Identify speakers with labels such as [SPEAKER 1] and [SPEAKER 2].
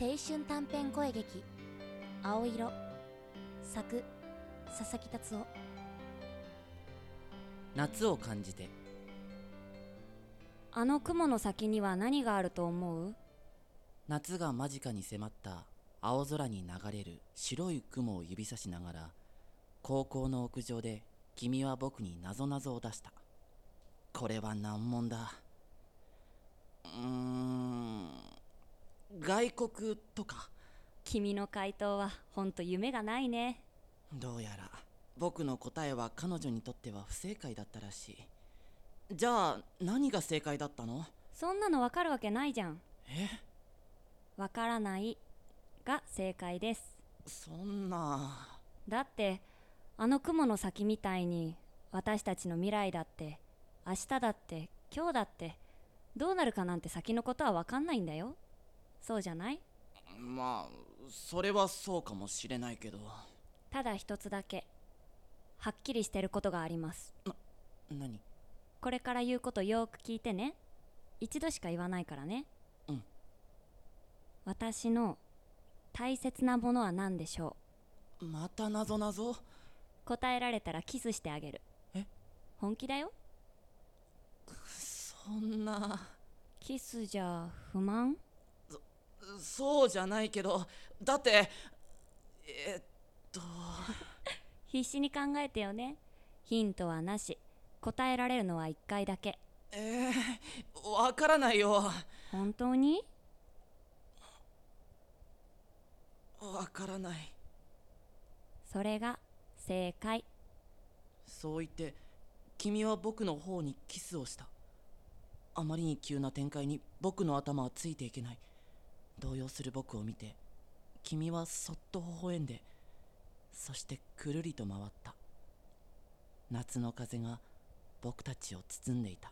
[SPEAKER 1] 青春短編声劇「青色」作佐々木達夫
[SPEAKER 2] 夏を感じて
[SPEAKER 3] あの雲の先には何があると思う
[SPEAKER 2] 夏が間近に迫った青空に流れる白い雲を指さしながら高校の屋上で君は僕になぞなぞを出したこれは難問だうーん外国とか
[SPEAKER 3] 君の回答はほんと夢がないね
[SPEAKER 2] どうやら僕の答えは彼女にとっては不正解だったらしいじゃあ何が正解だったの
[SPEAKER 3] そんなのわかるわけないじゃん
[SPEAKER 2] え
[SPEAKER 3] わからないが正解です
[SPEAKER 2] そんな
[SPEAKER 3] だってあの雲の先みたいに私たちの未来だって明日だって今日だってどうなるかなんて先のことはわかんないんだよそうじゃない
[SPEAKER 2] まあそれはそうかもしれないけど
[SPEAKER 3] ただ一つだけはっきりしてることがあります
[SPEAKER 2] 何
[SPEAKER 3] これから言うことよーく聞いてね一度しか言わないからね
[SPEAKER 2] うん
[SPEAKER 3] 私の大切なものは何でしょ
[SPEAKER 2] またなぞなぞ
[SPEAKER 3] う答えられたらキスしてあげる
[SPEAKER 2] え
[SPEAKER 3] 本気だよ
[SPEAKER 2] そんな
[SPEAKER 3] キスじゃ不満
[SPEAKER 2] そうじゃないけどだってえっと
[SPEAKER 3] 必死に考えてよねヒントはなし答えられるのは1回だけ
[SPEAKER 2] えーわからないよ
[SPEAKER 3] 本当に
[SPEAKER 2] わからない
[SPEAKER 3] それが正解
[SPEAKER 2] そう言って君は僕の方にキスをしたあまりに急な展開に僕の頭はついていけない動揺する僕を見て君はそっと微笑んでそしてくるりと回った夏の風が僕たちを包んでいた